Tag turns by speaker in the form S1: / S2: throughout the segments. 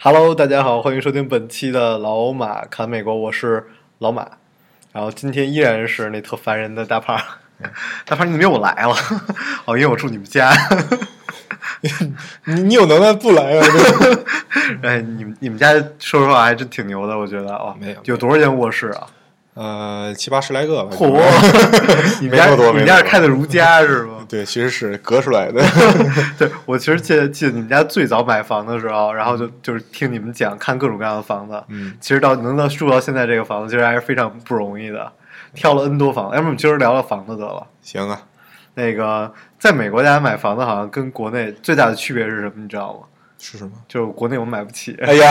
S1: Hello，大家好，欢迎收听本期的老马侃美国，我是老马。然后今天依然是那特烦人的大胖儿，嗯大胖儿你怎么又来 了？哦，因为我住你们家。
S2: 你你有能耐不来啊？
S1: 哎，你们你们家说实话还真挺牛的，我觉得啊，
S2: 没有
S1: 有多少间卧室啊？
S2: 呃，七八十来个吧。
S1: 嚯， 你们
S2: 没
S1: 家
S2: 那么多
S1: 你们
S2: 没
S1: 家
S2: 那么
S1: 是
S2: 多？
S1: 开的如家是吗
S2: 对，其实是隔出来的。
S1: 对，我其实记得记得你们家最早买房的时候，然后就就是听你们讲看各种各样的房子，
S2: 嗯，
S1: 其实到能到住到现在这个房子，其实还是非常不容易的，挑了 N 多房，要不我们今儿聊聊房子得了。
S2: 行啊，
S1: 那个在美国，大家买房子好像跟国内最大的区别是什么？你知道吗？
S2: 是什么？
S1: 就是国内我们买不起。
S2: 哎呀，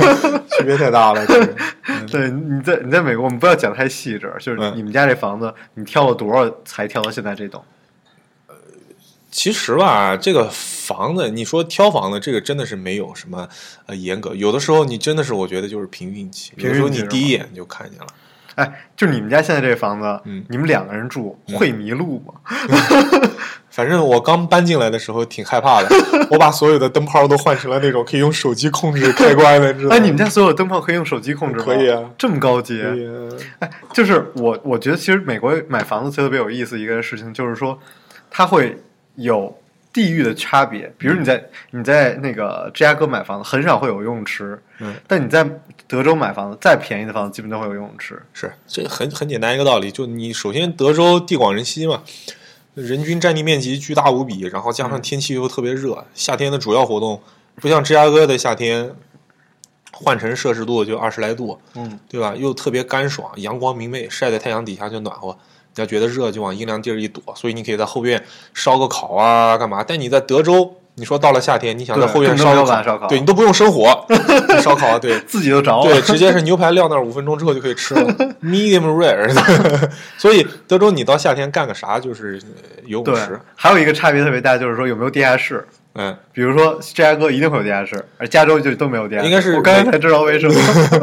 S2: 区别太大了。这个
S1: 对，你在你在美国，我们不要讲太细致，就是
S2: 嗯
S1: 你们家这房子，你挑了多少才挑到现在这栋？
S2: 其实吧，这个房子，你说挑房子，这个真的是没有什么呃严格。有的时候你真的是，我觉得就是凭运气。有的时候
S1: 凭运气是
S2: 你
S1: 吧
S2: 第一眼就看见了，
S1: 哎，就你们家现在这房子，
S2: 嗯
S1: 你们两个人住会迷路吗？
S2: 反正我刚搬进来的时候挺害怕的，我把所有的灯泡都换成了那种可以用手机控制开关的，知道吗？
S1: 哎，你们家所有灯泡可以用手机控制吗？
S2: 可以啊
S1: 这么高级。
S2: 哎呀
S1: 就是我，我觉得其实美国买房子特别有意思一个事情，就是说它会有地域的差别。比如你在你在那个芝加哥买房子，很少会有游泳池，
S2: 嗯，
S1: 但你在德州买房子，再便宜的房子基本都会有游泳池。
S2: 是，这很很简单一个道理，就你首先德州地广人稀嘛，人均占地面积巨大无比，然后加
S1: 嗯
S2: 上天气又特别热，夏天的主要活动不像芝加哥的夏天，换成摄氏度就二十来度，
S1: 嗯，
S2: 对吧？又特别干爽，阳光明媚，晒在太阳底下就暖和。你要觉得热就往阴凉地儿一躲，所以你可以在后院烧个烤啊，干嘛？但你在德州，你说到了夏天，你想在
S1: 对
S2: 后院
S1: 更
S2: 烧
S1: 没
S2: 个
S1: 有办法
S2: 烤，
S1: 烧烤
S2: 对你都不用 生火，烧烤啊对，
S1: 自己都着了。
S2: 对，直接是牛排撂那儿五分钟之后就可以吃 了，medium rare。所 以德州你到夏天干个啥就是呃游泳
S1: 对
S2: 池，
S1: 还有一个差别特别大，就是说有没有地下室。
S2: 嗯，
S1: 比如说芝加哥一定会有地下室，而加州就都没有地下室。
S2: 应该是
S1: 我刚才才知道为 什么。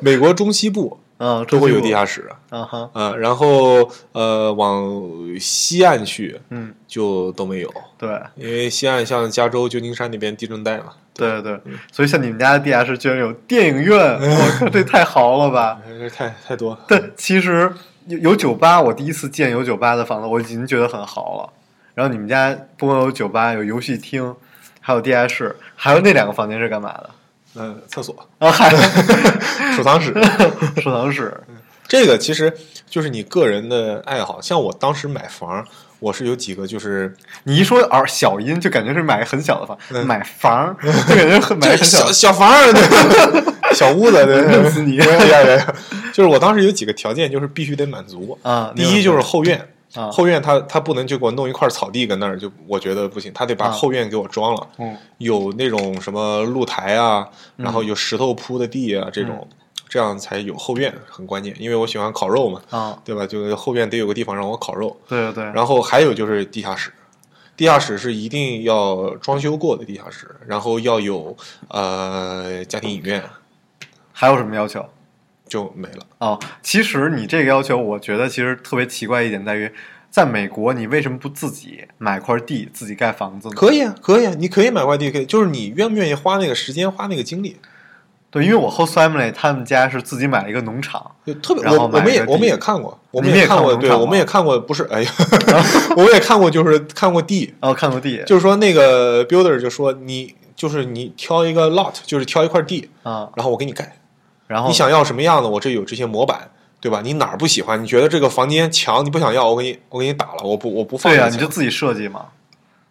S2: 美国中西部
S1: 嗯，
S2: 都会有地
S1: 室。
S2: 下室，
S1: 嗯哼，
S2: 嗯，然后呃往西岸去
S1: 嗯，
S2: 就都没有，
S1: 对。
S2: 因为西岸像加州、旧金山那边地震带嘛，
S1: 对对，所以像你们家的地下室居然有电影院，我靠，这太豪了吧！
S2: 呃太太多。
S1: 但其实有有酒吧，我第一次见有酒吧的房子，我已经觉得很豪了。然后你们家不光有酒吧，有游戏厅，还有地下室，还有那两个房间是干嘛的？
S2: 嗯，厕所、
S1: 啊，还
S2: 储藏 室，
S1: 收藏室，
S2: 这个其实就是你个人的爱好。像我当时买房，我是有几个就是
S1: 你一说耳小音，就感觉是买个很小的房，
S2: 嗯
S1: 买房就感觉很买个
S2: 这
S1: 很 小
S2: 小
S1: 的。
S2: 小房儿， 对小屋子，对，
S1: 弄死你
S2: 没有没有没有就是我当时有几个条件，就是必须得满足
S1: 啊
S2: 第一就是后院，
S1: 啊，
S2: 后院他他不能就给我弄一块草地搁那儿，就我觉得不行，他得把
S1: 啊
S2: 后院给我装了，
S1: 嗯
S2: 有那种什么露台啊，然后有石头铺的地啊，这种，
S1: 嗯
S2: 这样才有后院，很关键，因为我喜欢烤肉嘛，
S1: 啊，
S2: 对吧？就是后院得有个地方让我烤肉，
S1: 对对对，
S2: 然后还有就是地下室，地下室是一定要装修过的地下室，然后要有呃家庭影院
S1: 还有什么要求？
S2: 就没了。
S1: 哦，其实你这个要求，我觉得其实特别奇怪一点在于，在美国你为什么不自己买块地自己盖房子呢？
S2: 可以啊，可以啊，你可以买块地，可以，就是你愿不愿意花那个时间，花那个精力，
S1: 对，因为我 host family 他们家是自己买了一个农场，
S2: 就特别。
S1: 然后
S2: 我我
S1: 买
S2: 们也
S1: 个地
S2: 我们也看过，我
S1: 你们也
S2: 看
S1: 看过
S2: 过，
S1: 农
S2: 对，
S1: 场吗
S2: 我们也看过，不是，哎呀，我们也看过，就是看过地，
S1: 然后哦看过地，
S2: 就是说那个 builder 就说你就是你挑一个 lot，就是挑一块地，
S1: 啊，
S2: 然后我给你盖，
S1: 然后
S2: 你想要什么样的，我这有这些模板，对吧？你哪儿不喜欢？你觉得这个房间墙你不想要，我给你我给你打了，我不我不放
S1: 对
S2: 这
S1: 呀、
S2: 个墙。
S1: 你就自己设计嘛，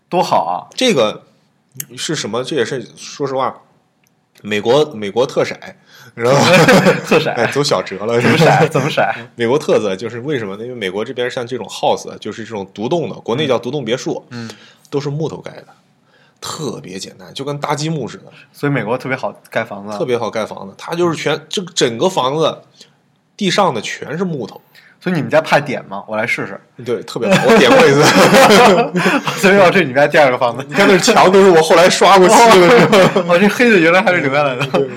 S1: 多好啊！
S2: 这个是什么？这也是说实话，美国美国特色， 然后
S1: 特色
S2: 哎走小折了，
S1: 怎么色？怎么色？
S2: 美国特色就是为什么呢？因为美国这边像这种 house，啊就是这种独栋的，国内叫独栋别墅，
S1: 嗯，
S2: 都是木头盖的。特别简单，就跟搭积木似的，
S1: 所以美国特别好盖房子，啊
S2: 特，别好盖房子。它就是全这整个房子地上的全是木头，
S1: 所以你们家怕点吗？我来试 试，
S2: 对，特别好。我点过一次，
S1: 所以要这是你们家第二个房子，
S2: 你看那墙都是我后来刷过漆的，是吧？
S1: 哦，这黑的原来还是留下来的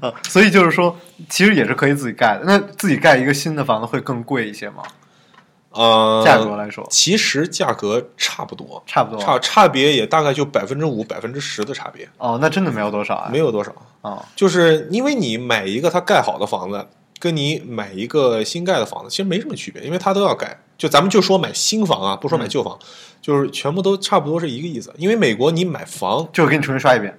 S1: 啊，所以就是说，其实也是可以自己盖的。那自己盖一个新的房子会更贵一些吗？
S2: 呃，
S1: 价格来说
S2: 其实价格差不多，
S1: 差不多
S2: 差差别也大概就百分之五、百分之十的差别，
S1: 哦，那真的没有多少啊，
S2: 没有多少。
S1: 啊，
S2: 就是因为你买一个它盖好的房子，跟你买一个新盖的房子其实没什么区别，因为它都要盖。就咱们就说买新房啊，不说买旧
S1: 嗯
S2: 房，就是全部都差不多是一个意思。因为美国你买房
S1: 就是给你重新刷一遍，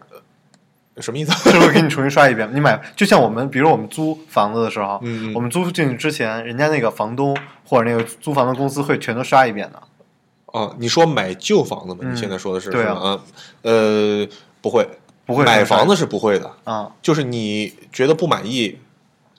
S2: 什么意思？
S1: 就是给你重新刷一遍。你买，就像我们，比如我们租房子的时候，
S2: 嗯嗯
S1: 我们租进去之前，人家那个房东或者那个租房的公司会全都刷一遍的。
S2: 啊，你说买旧房子吗？
S1: 嗯
S2: 你现在说的是
S1: 对
S2: 是
S1: 啊
S2: 吗？啊，呃，不会，
S1: 不会
S2: 买
S1: 是吧
S2: 房子是不会的，
S1: 啊，
S2: 就是你觉得不满意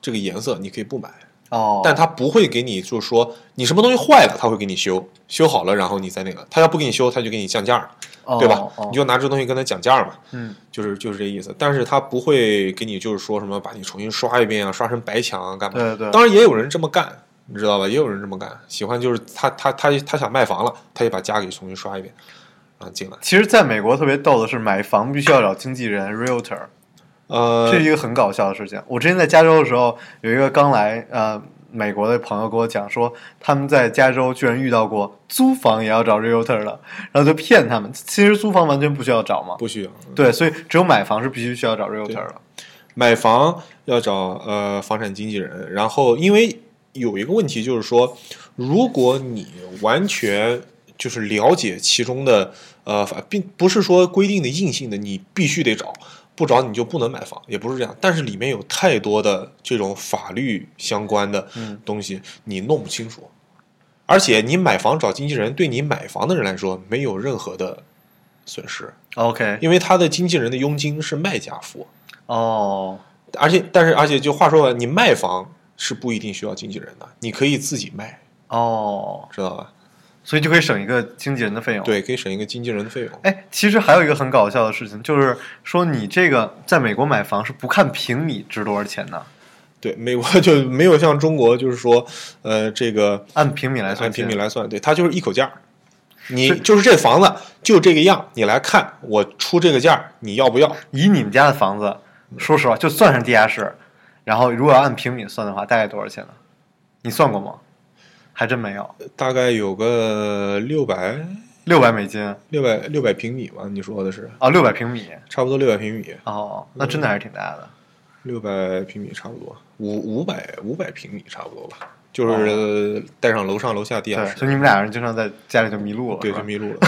S2: 这个颜色，你可以不买，
S1: 哦，
S2: 但他不会给你就是说你什么东西坏了，他会给你修，修好了然后你再那个，他要不给你修，他就给你降价，
S1: 哦
S2: 对吧
S1: 哦？
S2: 你就拿这东西跟他讲价嘛，
S1: 嗯，
S2: 就是就是这意思。但是他不会给你就是说什么把你重新刷一遍啊，刷成白墙啊，干嘛？
S1: 对对
S2: 当然也有人这么干，你知道吧？也有人这么干，喜欢就是他他他他想卖房了，他也把家给重新刷一遍，然后进来。
S1: 其实，在美国特别逗的是，买房必须要找经纪人 （realtor）。
S2: 呃
S1: 这，是一个很搞笑的事情。我之前在加州的时候，有一个刚来呃美国的朋友跟我讲说，他们在加州居然遇到过租房也要找 realtor 的，然后就骗他们。其实租房完全不需要找嘛，
S2: 不需要
S1: 对，所以只有买房是必须需要找 realtor 的。
S2: 买房要找呃房产经纪人，然后因为有一个问题就是说，如果你完全就是了解其中的呃，法并不是说规定的硬性的，你必须得找，不找你就不能买房，也不是这样。但是里面有太多的这种法律相关的
S1: 嗯
S2: 东西，你弄不清楚。而且你买房找经纪人，对你买房的人来说没有任何的损失，
S1: OK，
S2: 因为他的经纪人的佣金是卖家付。
S1: 哦，
S2: 而且，但是，而且，就话说回来，你卖房是不一定需要经纪人的，你可以自己卖，
S1: 哦，
S2: 知道吧？
S1: 所以就可以省一个经纪人的费用。
S2: 对，可以省一个经纪人的费用。
S1: 哎，其实还有一个很搞笑的事情，就是说你这个在美国买房是不看平米值多少钱的，
S2: 对，美国 就没有像中国，就是说，呃，这个
S1: 按平米来算
S2: 按
S1: 钱，
S2: 平米来算，对，它就是一口价儿。你
S1: 是
S2: 就是这房子就这个样，你来看，我出这个价儿，你要不要？
S1: 以你们家的房子，说实话，就算上地下室，然后如果要按平米算的话，大概多少钱呢？你算过吗？还真没有，
S2: 大概有个六百
S1: 六百美金啊，
S2: 六百六百平米吧？你说的是，
S1: 六百平米
S2: 差不多六百平米，
S1: 哦，那真的还是挺大
S2: 嗯
S1: 的。
S2: 六百平米差不多，五五百五百平米差不多吧，就是带上楼上楼下地下
S1: 哦对，
S2: 室
S1: 所以，你们俩人经常在家里就迷路了，
S2: 对，
S1: 是
S2: 就
S1: 吧
S2: 迷 路了，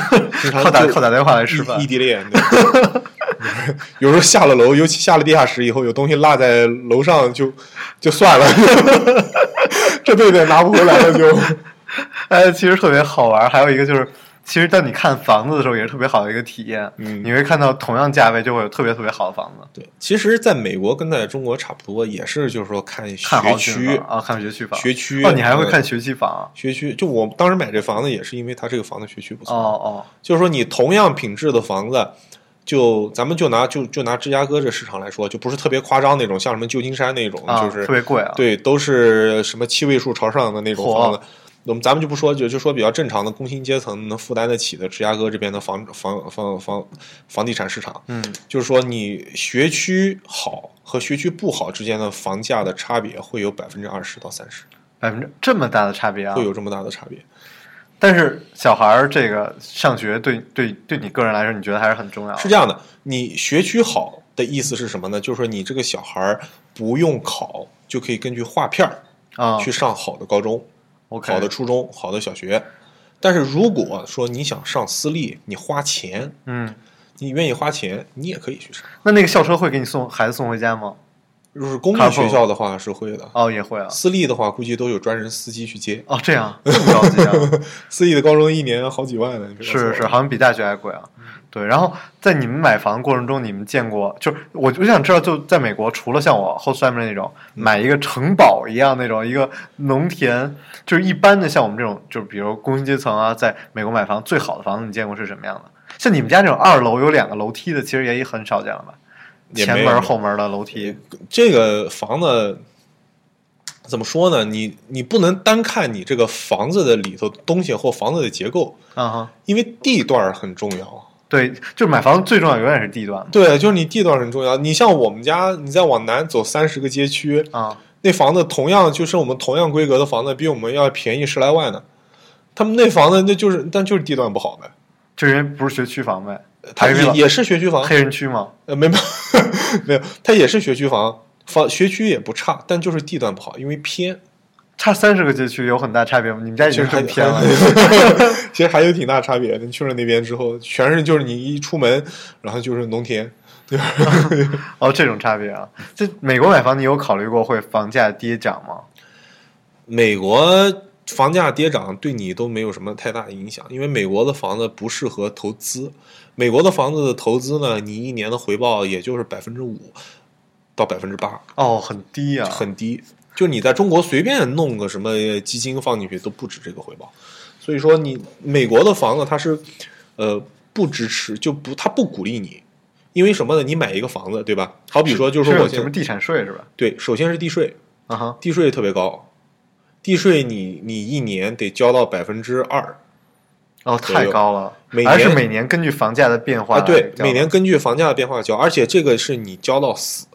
S2: 经常
S1: 靠打
S2: 就
S1: 靠打电话来吃饭
S2: 异异。地恋。对 有时候下了楼，尤其下了地下室以后，有东西落在楼上就就算了， 这辈子也拿不回来了就。
S1: 哎，其实特别好玩。还有一个就是，其实当你看房子的时候，也是特别好的一个体验。
S2: 嗯
S1: 你会看到同样价位就会有特别特别好的房子，
S2: 对，其实在美国跟在中国差不多，也是就是说看
S1: 看
S2: 学
S1: 好区
S2: 区
S1: 啊，看学区房，
S2: 学区
S1: 哦，你还会
S2: 呃
S1: 看学区房啊？
S2: 学区。就我当时买这房子也是因为它这个房子学区不
S1: 哦
S2: 错，
S1: 哦，
S2: 就是说你同样品质的房子。就咱们就拿就就拿芝加哥这市场来说，就不是特别夸张那种，像什么旧金山那种，
S1: 啊，
S2: 就是
S1: 特别贵啊。
S2: 对，都是什么七位数朝上的那种房子。我们咱们就不说，就就说比较正常的工薪阶层能负担得起的芝加哥这边的房房房房房地产市场，
S1: 嗯，
S2: 就是说你学区好和学区不好之间的房价的差别会有百分之二十到三十，
S1: 百分之这么大的差别啊！
S2: 会有这么大的差别。
S1: 但是小孩儿这个上学对对对你个人来说，你觉得还是很重要的。
S2: 是这样的，你学区好的意思是什么呢？就是说你这个小孩儿不用考就可以根据划片儿
S1: 啊，
S2: 去上好的高中。
S1: OK
S2: 好的初中、好的小学。但是如果说你想上私立，你花钱，
S1: 嗯，
S2: 你愿意花钱，你也可以去上。
S1: 那那个校车会给你送孩子送回家吗？
S2: 如果是公立
S1: Carpool
S2: 学校的话是会的，
S1: 哦，也会啊。
S2: 私立的话估计都有专人司机去接。
S1: 哦，这样这么着急啊？
S2: 私立的高中一年好几万呢，你别告诉
S1: 是
S2: 我
S1: 是，好像比大学还贵
S2: 嗯
S1: 啊。对，然后在你们买房的过程中，你们见过就是我我想知道，就在美国，除了像我后 s 面那种
S2: 嗯
S1: 买一个城堡一样那种一个农田，就是一般的像我们这种，就是比如工薪阶层啊，在美国买房最好的房子，你见过是什么样的？像你们家这种二楼有两个楼梯的，其实也很少见了吧？
S2: 也没
S1: 前
S2: 有
S1: 门后门的楼梯，
S2: 这个房子怎么说呢？你你不能单看你这个房子的里头东西或房子的结构，
S1: 啊哈，
S2: 因为地段儿很重要。
S1: 对，就是买房最重要永远是地段嘛
S2: 对，就是你地段很重要。你像我们家，你再往南走三十个街区，
S1: 啊，
S2: 那房子同样就是我们同样规格的房子，比我们要便宜十来万呢。他们那房子那就是，但就是地段不好呗。
S1: 这人不是学区房呗？
S2: 它
S1: 还是
S2: 也
S1: 老
S2: 也是学区房，
S1: 黑人区吗？
S2: 呃，没有 没有，它也是学区房，房学区也不差，但就是地段不好，因为偏，
S1: 差三十个街区有很大差别吗？你们家已
S2: 其实
S1: 经
S2: 还
S1: 很偏了
S2: 还其实还有挺大差别的。你去了那边之后，全是就是你一出门，然后就是农田，
S1: 哦，这种差别啊，这美国买房你有考虑过会房价跌涨吗？
S2: 美国房价跌涨对你都没有什么太大的影响，因为美国的房子不适合投资。美国的房子的投资呢，你一年的回报也就是百分之五到百分之八，
S1: 哦，很低啊，
S2: 很低。就你在中国随便弄个什么基金放进去都不止这个回报，所以说你美国的房子它是，呃，不支持就不它不鼓励你，因为什么呢？你买一个房子对吧？好比说就是
S1: 是
S2: 说我
S1: 有
S2: 现
S1: 什
S2: 在
S1: 么地产税是吧？
S2: 对，首先是地税，
S1: 啊哈，
S2: 地税特别高，地税你你一年得交到百分之二
S1: 哦，太高了
S2: 每，
S1: 还是
S2: 年
S1: 每年根据房价的变化
S2: 啊，对
S1: 来，交
S2: 每年根据房价的变化交，而且这个是你交到死，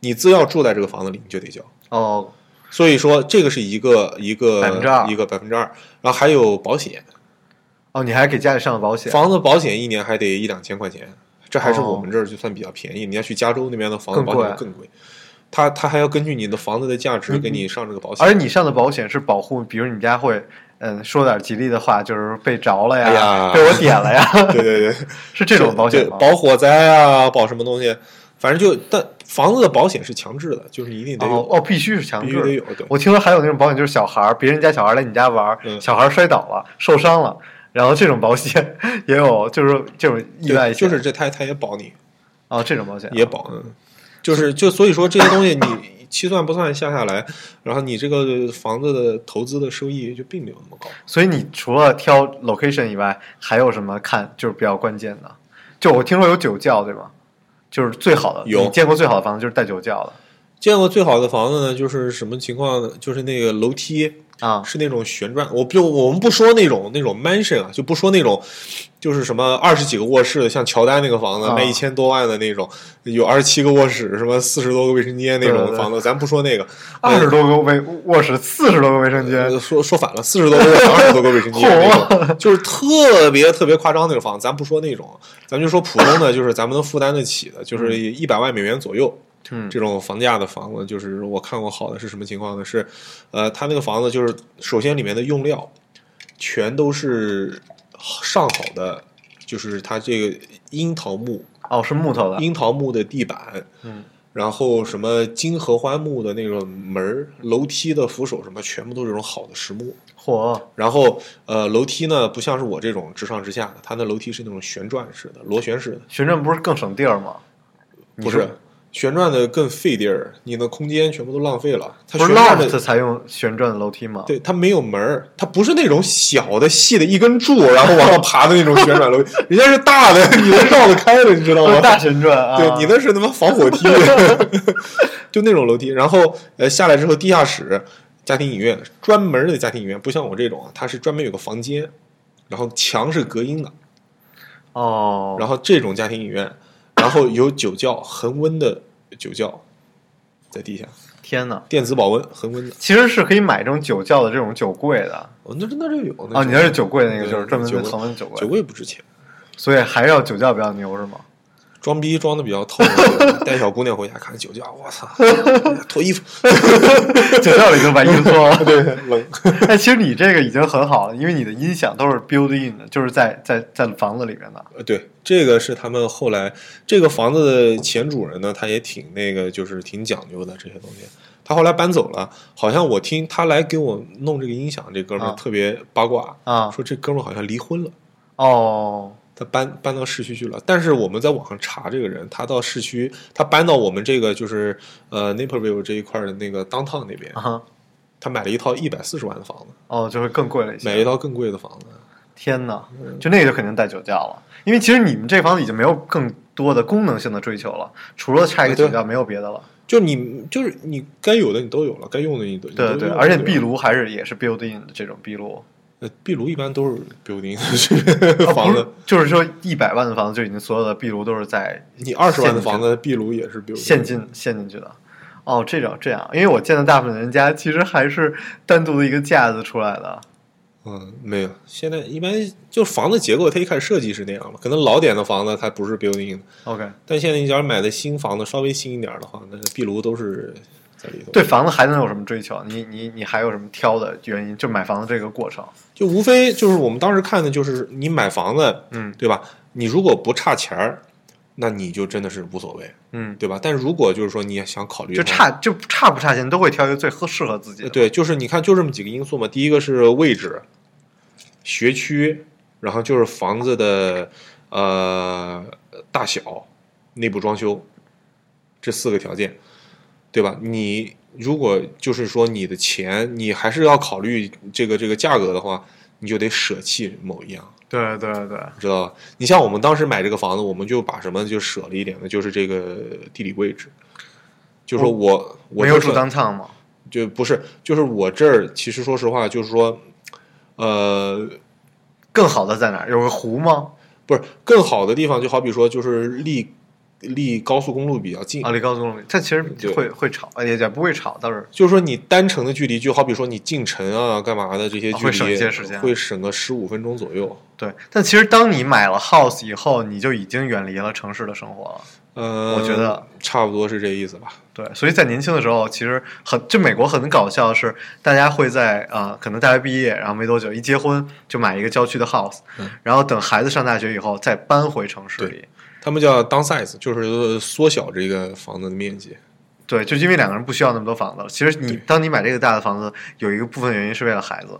S2: 你只要住在这个房子里你就得交，
S1: 哦，
S2: 所以说这个是一个一个
S1: 2%
S2: 一个百分之二，然后还有保险，
S1: 哦，你还给家里上了保险，
S2: 房子保险一年还得一两千块钱，这还是
S1: 哦
S2: 我们这儿就算比较便宜，你要去加州那边的房子
S1: 更
S2: 保险
S1: 贵
S2: 更贵，他他还要根据你的房子的价值
S1: 你
S2: 给你上这个保
S1: 嗯
S2: 险，
S1: 而你上的保险是保护，比如你们家会，嗯，说点吉利的话，就是被着了呀，
S2: 哎呀
S1: 被我点了 呀，
S2: 对对对。
S1: 是这种保险
S2: 对
S1: 吗？哦
S2: 保火灾啊，保什么东西，反正就但房子的保险是强制的，就是你一定得
S1: 哦
S2: 有，
S1: 哦，必须是强制
S2: 必须
S1: 的
S2: 得有。对，
S1: 我听说还有那种保险，就是小孩儿，别人家小孩儿来你家玩儿，
S2: 嗯
S1: 小孩儿摔倒了、受伤了，然后这种保险也有，就是说这种意外
S2: 对，
S1: 险，
S2: 就是这他他也保你，
S1: 哦，这种保险啊
S2: 也保，嗯，就是就所以说这些东西你七算不算下下来，然后你这个房子的投资的收益就并没有那么高。
S1: 所以你除了挑 location 以外，还有什么看就是比较关键的？就我听说有酒窖，对吗？就是最好的，
S2: 有
S1: 你见过最好的房子就是带酒窖的
S2: 见过最好的房子呢，就是什么情况呢？就是那个楼梯
S1: 啊
S2: 是那种旋转，我就我们不说那种那种 mansion 啊，就不说那种，就是什么二十几个卧室的，像乔丹那个房子
S1: 啊
S2: 卖一千多万的那种，有二十七个卧室，什么四十多个卫生间那
S1: 对对
S2: 种
S1: 对
S2: 房子，咱不说那个，
S1: 二十多个卫卧室，四十多个卫生间
S2: 呃，说说反了，四十多个卧室，二十多个卫生间那
S1: 啊
S2: 种，就是特别特别夸张那个房子，咱不说那种，咱就说普通的，就是咱们能负担得起的，就是一百万美元左右。
S1: 嗯
S2: 这种房价的房子，就是我看过好的是什么情况呢？是，呃，它那个房子就是首先里面的用料全都是上好的，就是它这个樱桃木、
S1: 哦，是木头的，
S2: 樱桃木的地板，
S1: 嗯，
S2: 然后什么金合欢木的那个门儿、楼梯的扶手什么，全部都是这种好的实木。
S1: 嚯，
S2: 然后，呃，楼梯呢，不像是我这种直上直下的，它那楼梯是那种旋转式的、螺旋式的，
S1: 旋转不是更省地儿吗？你
S2: 不是旋转的更费地儿，你的空间全部都浪费了。它
S1: 不
S2: 旋
S1: 是
S2: 转
S1: loft
S2: 的，
S1: 才用旋转的楼梯吗？
S2: 对，它没有门儿，它不是那种小的细的一根柱，然后往上爬的那种旋转楼梯，人家是大的，你能绕得开的，你知道
S1: 哦，
S2: 吗？
S1: 大旋转啊！
S2: 对，你那是他妈防 火梯，就那种楼梯。然后呃，下来之后地下室、家庭影院，专门的家庭影院，不像我这种啊，它是专门有个房间，然后墙是隔音的，
S1: 哦，
S2: 然后这种家庭影院，然后有酒窖，恒温的酒窖，在地下，
S1: 天哪，
S2: 电子保温，恒温的。
S1: 其实是可以买这种酒窖的这种酒柜的
S2: 哦，那那就有
S1: 啊，你那是酒柜那个，
S2: 对
S1: 就是专门
S2: 酒
S1: 的
S2: 柜
S1: 恒温酒柜，
S2: 酒柜不值钱，
S1: 所以还是要酒窖比较牛是吗？
S2: 装逼装的比较透，带小姑娘回家看酒窖，我操，脱衣服，
S1: 酒窖里就把衣服脱了，
S2: 对，冷。
S1: 哎，其实你这个已经很好了，因为你的音响都是 built in 的，就是在在在房子里面的。
S2: 呃，对，这个是他们后来这个房子的前主人呢，他也挺那个，就是挺讲究的这些东西。他后来搬走了，好像我听他来给我弄这个音响，这哥们儿
S1: 啊
S2: 特别八卦
S1: 啊
S2: 说这哥们儿好像离婚了，
S1: 哦，
S2: 他搬搬到市区去了。但是我们在网上查这个人，他到市区，他搬到我们这个就是呃 Naperville 这一块儿的那个 downtown 那边
S1: 啊，哈，
S2: 他买了一套一百四十万的房子，
S1: 哦，就会更贵了一些。
S2: 买了一套更贵的房子。
S1: 天哪，
S2: 嗯
S1: 就那个就肯定带酒窖了，因为其实你们这房子已经没有更多的功能性的追求了，除了差一个酒窖没有别的了。
S2: 就你就是你该有的你都有了，该用的你都
S1: 对
S2: 你都
S1: 对，
S2: 用了
S1: 而且
S2: 吧
S1: 壁炉还是也是 build in 的这种壁炉，
S2: 呃壁炉一般都是 building 的房
S1: 啊
S2: 子，
S1: 不是就是说一百万的房子就已经所有的壁炉都是在
S2: 你二十万的
S1: 现金
S2: 房子壁炉也是 building
S1: 陷进陷进去的。哦，这种这样，因为我见到大部分人家其实还是单独的一个架子出来的。
S2: 嗯，没有。现在一般就房子结构，它一开始设计是那样了。可能老点的房子它不是 building 的，
S1: OK，
S2: 但现在你只要买的新房子稍微新一点的话，那个壁炉都是在里头。
S1: 对，房子还能有什么追求？你你你还有什么挑的原因？就买房子这个过程。
S2: 就无非就是我们当时看的就是你买房子，
S1: 嗯
S2: 对吧？你如果不差钱儿，那你就真的是无所谓，
S1: 嗯，
S2: 对吧？但如果就是说你也想考虑
S1: 就差
S2: 它
S1: 就差不差钱都会挑一个最合适合自己的。，
S2: 对，就是你看，就这么几个因素嘛。第一个是位置、学区，然后就是房子的呃大小、内部装修，这四个条件，对吧？你如果就是说你的钱，你还是要考虑这个这个价格的话，你就得舍弃某一样，
S1: 对对对，
S2: 知道吧？你像我们当时买这个房子，我们就把什么就舍了一点的，就是这个地理位置，就是说我、我
S1: 哦没有
S2: 就
S1: 住
S2: 是
S1: 当趟嘛。
S2: 就不是，就是我这儿其实说实话，就是说，呃，
S1: 更好的在哪儿？有个湖吗？
S2: 不是更好的地方，就好比说就是离离高速公路比较近，
S1: 啊，离高速公路，但其实
S2: 对
S1: 会会吵，也也不会吵，倒是
S2: 就是说你单程的距离，就好比说你进城啊干嘛的这些
S1: 啊
S2: 距离，
S1: 会省一些时间
S2: 会省个十五分钟左右。
S1: 对。但其实当你买了 house 以后，你就已经远离了城市的生活了。
S2: 呃，
S1: 我觉得
S2: 差不多是这意思吧。
S1: 对，所以在年轻的时候，其实很就美国很搞笑的是，大家会在呃，可能大学毕业，然后没多久一结婚就买一个郊区的 house，、
S2: 嗯
S1: 然后等孩子上大学以后再搬回城市里。
S2: 他们叫 downsize，就是缩小这个房子的面积。
S1: 对，就因为两个人不需要那么多房子了。其实你
S2: 对
S1: 当你买这个大的房子，有一个部分原因是为了孩子。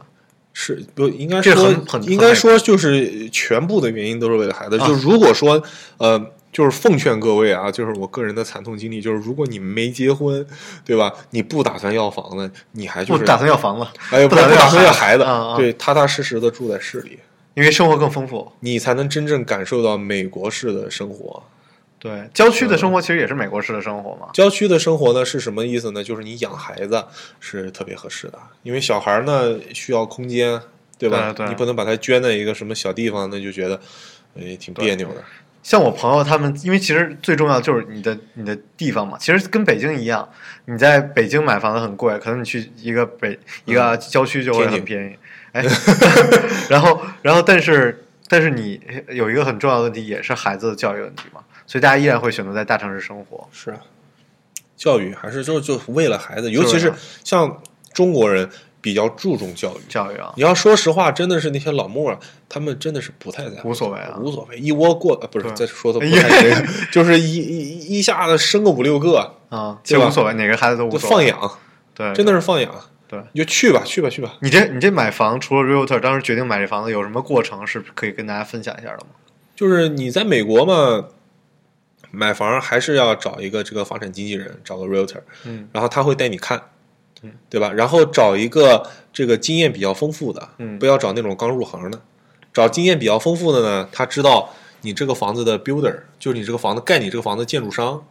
S2: 是不应该
S1: 这
S2: 说
S1: 很很
S2: 应该说就是全部的原因都是为了孩子。
S1: 啊
S2: 就如果说呃，就是奉劝各位啊，就是我个人的惨痛经历，就是如果你没结婚，对吧？你不打算要房子，你还就
S1: 不
S2: 是
S1: 打算要房子，
S2: 哎
S1: 不
S2: 不
S1: 打算
S2: 打算
S1: 要
S2: 要
S1: 孩
S2: 孩
S1: 子
S2: 子，
S1: 啊啊
S2: 对，踏踏实实的住在市里，
S1: 因为生活更丰富。
S2: 你才能真正感受到美国式的生活。
S1: 对，郊区的生活其实也是美国式的生活嘛。
S2: 郊区的生活呢是什么意思呢？就是你养孩子是特别合适的，因为小孩儿呢需要空间，对吧？
S1: 对对
S2: 你不能把他圈在一个什么小地方，那就觉得哎挺别扭的。
S1: 像我朋友他们，因为其实最重要就是你的你的地方嘛，其实跟北京一样，你在北京买房子很贵，可能你去一个北一个
S2: 嗯
S1: 郊区就会很便 宜，哎， 然后然后但是但是你有一个很重要的问题，也是孩子的教育问题嘛，所以大家依然会选择在大城市生活。
S2: 是啊，教育还是就就为了孩子，尤其
S1: 是
S2: 是
S1: 啊
S2: 像中国人比较注重教育。
S1: 教育啊，
S2: 你要说实话，真的是那些老墨儿，他们真的是不太在乎，
S1: 无所谓啊
S2: 无所谓，一窝过，呃、不是
S1: 对
S2: 再说的不
S1: 因为
S2: 太对， 就是一一一下子生个五六个，
S1: 啊，
S2: 对
S1: 这
S2: 吧
S1: 无所谓，哪个孩子都无
S2: 就
S1: 所
S2: 放
S1: 谓，
S2: 养，
S1: 对，
S2: 真的是放养，
S1: 对
S2: 你就去吧，去吧，去吧。
S1: 你这你这买房除了 realtor 当时决定买这房子有什么过程是可以跟大家分享一下的吗？
S2: 就是你在美国嘛，买房还是要找一个这个房产经纪人，找个 realtor，
S1: 嗯，
S2: 然后他会带你看
S1: 嗯，
S2: 对吧？然后找一个这个经验比较丰富的，
S1: 嗯
S2: 不要找那种刚入行的，找经验比较丰富的呢，他知道你这个房子的 builder，就是你这个房子盖你这个房子建筑商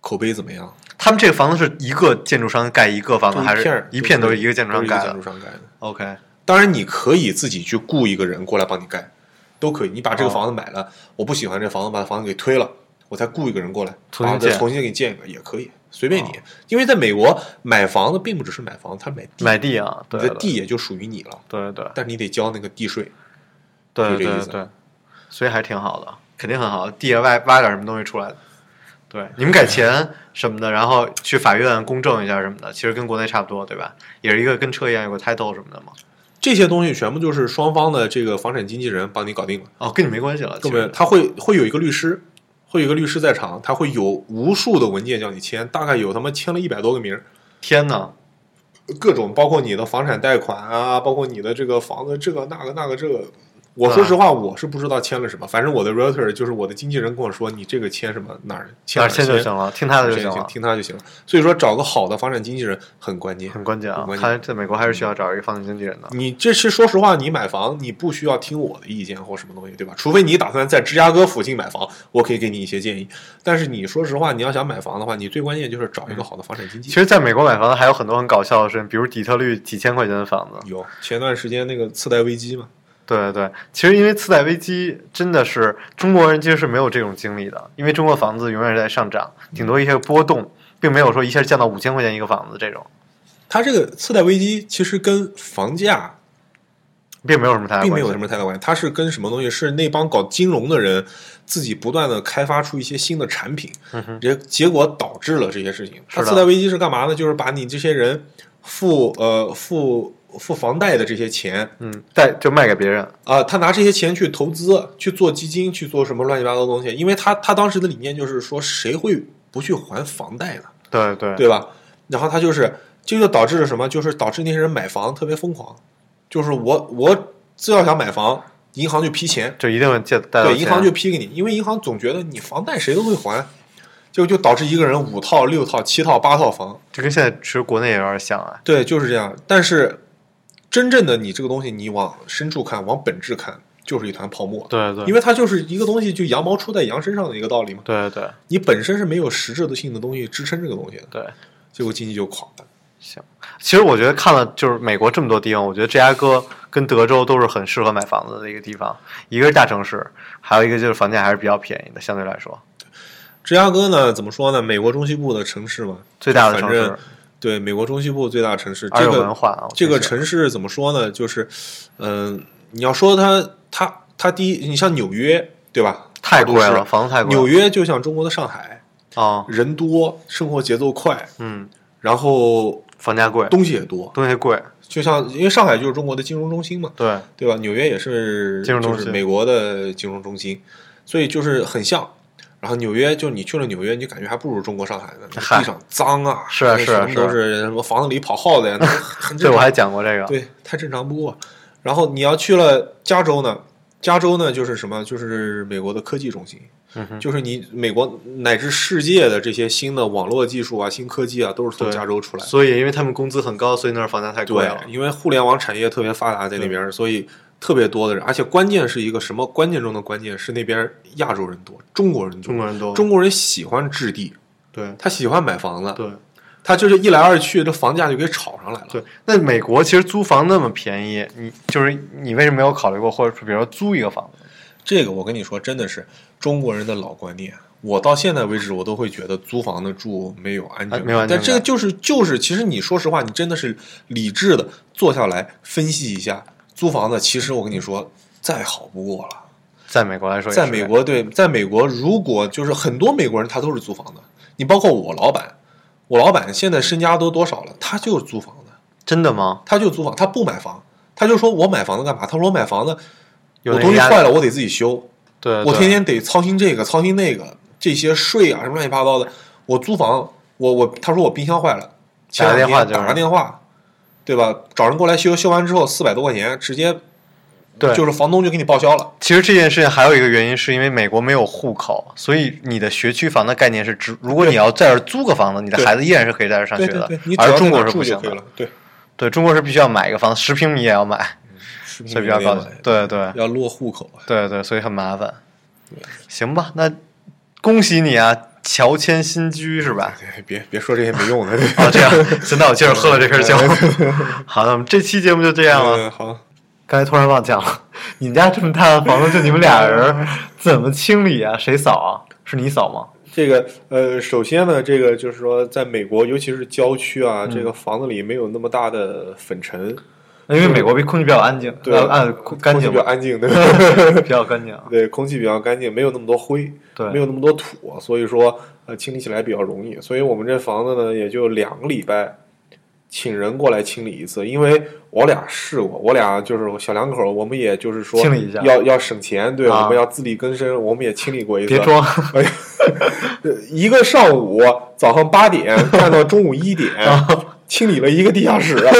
S2: 口碑怎么样，
S1: 他们这个房子是一个建筑商盖一个房子，
S2: 就
S1: 还
S2: 一片
S1: 是
S2: 儿
S1: 一片都是一个建筑商
S2: 都是一
S1: 盖
S2: 个建
S1: 的
S2: 筑商盖的。
S1: ？OK，
S2: 当然，你可以自己去雇一个人过来帮你盖，都可以。你把这个
S1: 哦
S2: 房子买了，我不喜欢这房子，把房子给推了，我再雇一个人过来，
S1: 重新
S2: 把我再
S1: 建哦
S2: 重新给你建一个也可以，随便你。因为在美国买房子并不只是买房，他买地，
S1: 买地啊，对
S2: 你的地，也就属于你了，
S1: 对对
S2: 但是你得交那个地税。
S1: 对
S2: 就这
S1: 对
S2: 意
S1: 对
S2: 思
S1: 对，所以还挺好的，肯定很好。地下挖挖点什么东西出来的，对，你们给钱什么的，然后去法院公证一下什么的，其实跟国内差不多，对吧？也是一个跟车一样有个 title 什么的嘛。
S2: 这些东西全部就是双方的这个房产经纪人帮你搞定了，
S1: 哦，跟你没关系了，
S2: 对
S1: 其
S2: 不对？
S1: 实
S2: 他会会有一个律师，会有一个律师在场，他会有无数的文件叫你签，大概有他妈签了一百多个名儿，
S1: 天哪，
S2: 各种包括你的房产贷款啊，包括你的这个房子这个那个那个这个，我说实话，我是不知道签了什么，反正我的 realtor 就是我的经纪人跟我说，你这个签什么哪儿签
S1: 哪儿
S2: 签
S1: 签就行了，听他的就行了，
S2: 听他就行了。所以说，找个好的房产经纪人很关键。
S1: 很关键啊
S2: 很。关键嗯
S1: 看来在美国还是需要找一个房产经纪人的。
S2: 你这是说实话，你买房你不需要听我的意见或什么东西，对吧？除非你打算在芝加哥附近买房，我可以给你一些建议。但是你说实话，你要想买房的话，你最关键就是找一个好的房产经纪
S1: 嗯其
S2: 人。
S1: 实，在美国买房还有很多很搞笑的事情，比如底特律几千块钱的房子。
S2: 有前段时间那个次贷危机嘛，
S1: 对对对，其实因为次贷危机真的是中国人其实是没有这种经历的，因为中国房子永远是在上涨，
S2: 嗯
S1: 顶多一些波动，并没有说一下降到五千块钱一个房子这种，
S2: 它这个次贷危机其实跟房价
S1: 并没有什么太大关系。
S2: 并没有什么太大关系，它是跟什么东西？是那帮搞金融的人自己不断的开发出一些新的产品，结、结果导致了这些事情。
S1: 嗯是
S2: 它
S1: 的
S2: 次贷危机是干嘛呢？就是把你这些人付呃付付房贷的这些钱
S1: 嗯，贷就卖给别人，
S2: 啊、他拿这些钱去投资，去做基金，去做什么乱七八糟的东西。因为他他当时的理念就是说，谁会不去还房贷呢？
S1: 对对
S2: 对吧？然后他就是这就导致了什么？就是导致那些人买房特别疯狂，就是我我只要想买房，银行就批钱，
S1: 就一定会借贷到
S2: 对，
S1: 钱。
S2: 银行就批给你，因为银行总觉得你房贷谁都会还，就就导致一个人五套、六套、七套、八套房，
S1: 就跟现在其实国内也有点像啊。
S2: 对，就是这样。但是真正的你这个东西，你往深处看，往本质看，就是一团泡沫。
S1: 对对，为
S2: 因为它就是一个东西，就羊毛出在羊身上的一个道理嘛。
S1: 对对
S2: 你本身是没有实质的性的东西支撑这个东西的，
S1: 对，
S2: 结果经济就垮了。
S1: 行。其实我觉得看了就是美国这么多地方，我觉得芝加哥跟德州都是很适合买房子的一个地方，一个是大城市，还有一个就是房价还是比较便宜的，相对来说
S2: 芝加哥呢，怎么说呢？美国中西部的城市嘛，
S1: 最大的城
S2: 反
S1: 市
S2: 正，对，美国中西部最大的城市。
S1: 而
S2: 这
S1: 有
S2: 个
S1: 文化啊。我
S2: 这个
S1: 觉得
S2: 城市怎么说呢？就是，嗯、你要说它，它，它第一，你像纽约，对吧？
S1: 太贵
S2: 大都
S1: 了，
S2: 市。
S1: 房子太贵了。
S2: 纽约就像中国的上海，
S1: 啊，
S2: 人多，生活节奏快，
S1: 嗯，
S2: 然后
S1: 房价贵，
S2: 东西也多。
S1: 东西贵，
S2: 就像因为上海就是中国的金融中心嘛，
S1: 对
S2: 对吧？纽约也是
S1: 金融中心
S2: 就是美国的金融中心，所以就是很像。然后纽约，就你去了纽约，你就感觉还不如中国上海呢，
S1: 嗨
S2: 地上脏啊，
S1: 是啊
S2: 什么
S1: 是啊
S2: 都是什么房子里跑耗子呀，那 很
S1: 对
S2: 正
S1: 我
S2: 常
S1: 还，讲过这个，
S2: 对，太正常不过。然后你要去了加州呢，加州呢就是什么，就是美国的科技中心，
S1: 嗯哼，
S2: 就是你美国乃至世界的这些新的网络技术啊、新科技啊，都是从
S1: 对
S2: 加州出来的。
S1: 所以因为他们工资很高，所以那儿房价太贵
S2: 对
S1: 了，。
S2: 因为互联网产业特别发达在那边儿，所以特别多的人，而且关键是一个什么关键中的关键是那边儿亚洲人多，中国人多，
S1: 中国人多，
S2: 中国人喜欢置地，
S1: 对
S2: 他喜欢买房子，
S1: 对
S2: 他就是一来二去，这房价就给炒上来了。
S1: 对。那美国其实租房那么便宜，你就是你为什么没有考虑过，或者说比如说租一个房子？
S2: 这个我跟你说，真的是中国人的老观念。我到现在为止，我都会觉得租房的住没有安全感，
S1: 啊没有安全感
S2: 但这个就是就是，其实你说实话，你真的是理智的坐下来分析一下租房子。其实我跟你说，再好不过了。
S1: 在美国来说也是，
S2: 在美国，对，在美国，如果就是很多美国人他都是租房的，你包括我老板，我老板现在身家都多少了，他就是租房的，
S1: 真的吗？
S2: 他就租房，他不买房，他就说我买房子干嘛？他说我买房子，
S1: 有
S2: 我
S1: 那
S2: 东
S1: 个
S2: 西
S1: 压力
S2: 坏了，我得自己修，
S1: 对，
S2: 我
S1: 对
S2: 天天得操心这个，操心那个，这些税啊什么乱七八糟的。我租房，我我他说我冰箱坏了，前两
S1: 打个电话
S2: 天
S1: 就是
S2: 打个电话，对吧？找人过来修，修完之后四百多块钱，直接
S1: 对，
S2: 就是房东就给你报销了。
S1: 其实这件事情还有一个原因，是因为美国没有户口，所以你的学区房的概念是只，如果你要在这儿租个房子，你的
S2: 对
S1: 孩子依然是可以在这儿上
S2: 对
S1: 学
S2: 对
S1: 的
S2: 对，你，只要
S1: 而
S2: 在
S1: 中国
S2: 那
S1: 是
S2: 住
S1: 不
S2: 就
S1: 行
S2: 可以
S1: 的
S2: 了。。对，
S1: 对，中国是必须要买一个房子，十平米也要买，
S2: 视频
S1: 所以比较
S2: 也
S1: 高
S2: 得
S1: 级
S2: 买。
S1: 对对
S2: 要落户口啊。
S1: 对对，所以很麻烦。行吧，那恭喜你啊，乔迁新居是吧？
S2: 哎别别说这些没用的。
S1: 哦，这样，行，那我接着喝了这瓶酒。 好的，我们这期节目 就这样了。
S2: 嗯，好，
S1: 刚才突然忘讲了， 你们家这么大的房子，就你们俩人 儿，怎么清理啊？谁扫啊？是你扫吗？
S2: 这个呃，首先呢，这个就是说，在美国，尤其是郊区啊，
S1: 嗯
S2: 这个房子里没有那么大的粉尘，
S1: 因为美国比空气比较安静，
S2: 对
S1: 呃按干净
S2: 空气比较
S1: 吧，
S2: 安 静，对吧？
S1: 比较干净。
S2: 对，空气比较干净，没有那么多灰，
S1: 对
S2: 没有那么多土，所以说呃，清理起来比较容易。所以我们这房子呢，也就两个礼拜，请人过来清理一次。因为我俩试过，我俩就是小两口，我们也就是说
S1: 清理一下
S2: 要要省钱，对，
S1: 啊
S2: 我们要自力更生，我们也清理过一次。
S1: 别装，
S2: 哎呀， 呃一个上午，
S1: 啊
S2: 早上八点干到中午一点，清理了一个地下室，啊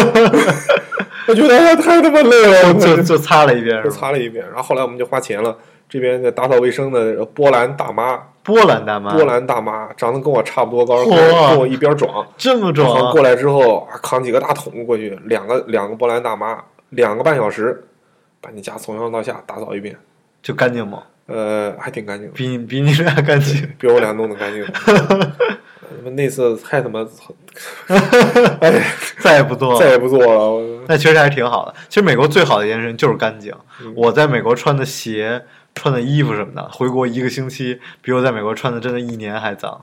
S2: 我觉得哎呀太他妈累了，我
S1: 就就擦了一遍，
S2: 就是
S1: 吧
S2: 擦了一遍。然后后来我们就花钱了，这边的打扫卫生的波兰大妈，
S1: 波兰大妈，
S2: 波兰大妈长得跟我差不多高，
S1: 嚯
S2: 跟我跟我一边壮。
S1: 这么
S2: 然后
S1: 壮，
S2: 过来之后，啊扛几个大桶过去，两个两个波兰大妈，两个半小时，把你家从上到下打扫一遍，
S1: 就干净吗？
S2: 呃，还挺干净的，
S1: 比你比你俩干净，
S2: 比我俩弄得干净。那次太他妈， 哎呀，
S1: 再也不做
S2: 再
S1: 了。
S2: 也不做了。 我
S1: 那其实还挺好的。其实美国最好的一件事情就是干净。
S2: 嗯
S1: 我在美国穿的鞋、穿的衣服什么的，回国一个星期，比我在美国穿的真的一年还脏。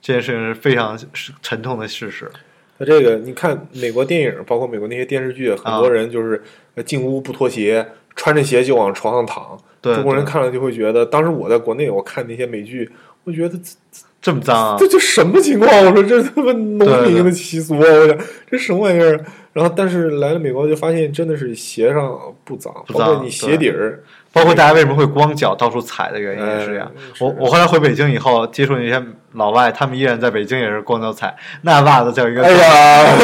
S1: 这件事情是非常是沉痛的事实。
S2: 那这个你看美国电影，包括美国那些电视剧，很
S1: 啊
S2: 多人就是呃进屋不脱鞋，穿着鞋就往床上躺。
S1: 对
S2: 中国人
S1: 对
S2: 看了就会觉得，当时我在国内我看那些美剧，我觉得这
S1: 这么脏啊
S2: 这！就什么情况？我说这他 妈农
S1: 对
S2: 民
S1: 对
S2: 的习俗啊！我想这什么玩意儿？然后但是来了美国就发现真的是鞋上不脏，
S1: 不
S2: 包括
S1: 脏
S2: 你鞋底儿，
S1: 包括大家为什么会光脚到处踩的原因也是这样。
S2: 嗯是
S1: 我我后来回北京以后，接触那些老外，他们依然在北京也是光脚踩，那袜子叫一个。
S2: 哎呀，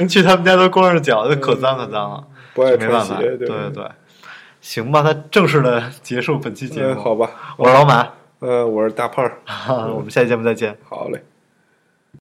S1: 去他们家都光着脚，那可脏可脏了，
S2: 不爱
S1: 没
S2: 穿
S1: 办法。
S2: 鞋，
S1: 对
S2: 吧？
S1: 对，行吧，那正式的结束本期节
S2: 嗯，
S1: 目。
S2: 好吧，呃
S1: 我是老马，
S2: 嗯，我是大胖儿，
S1: 我们下期节目再见。
S2: 好嘞。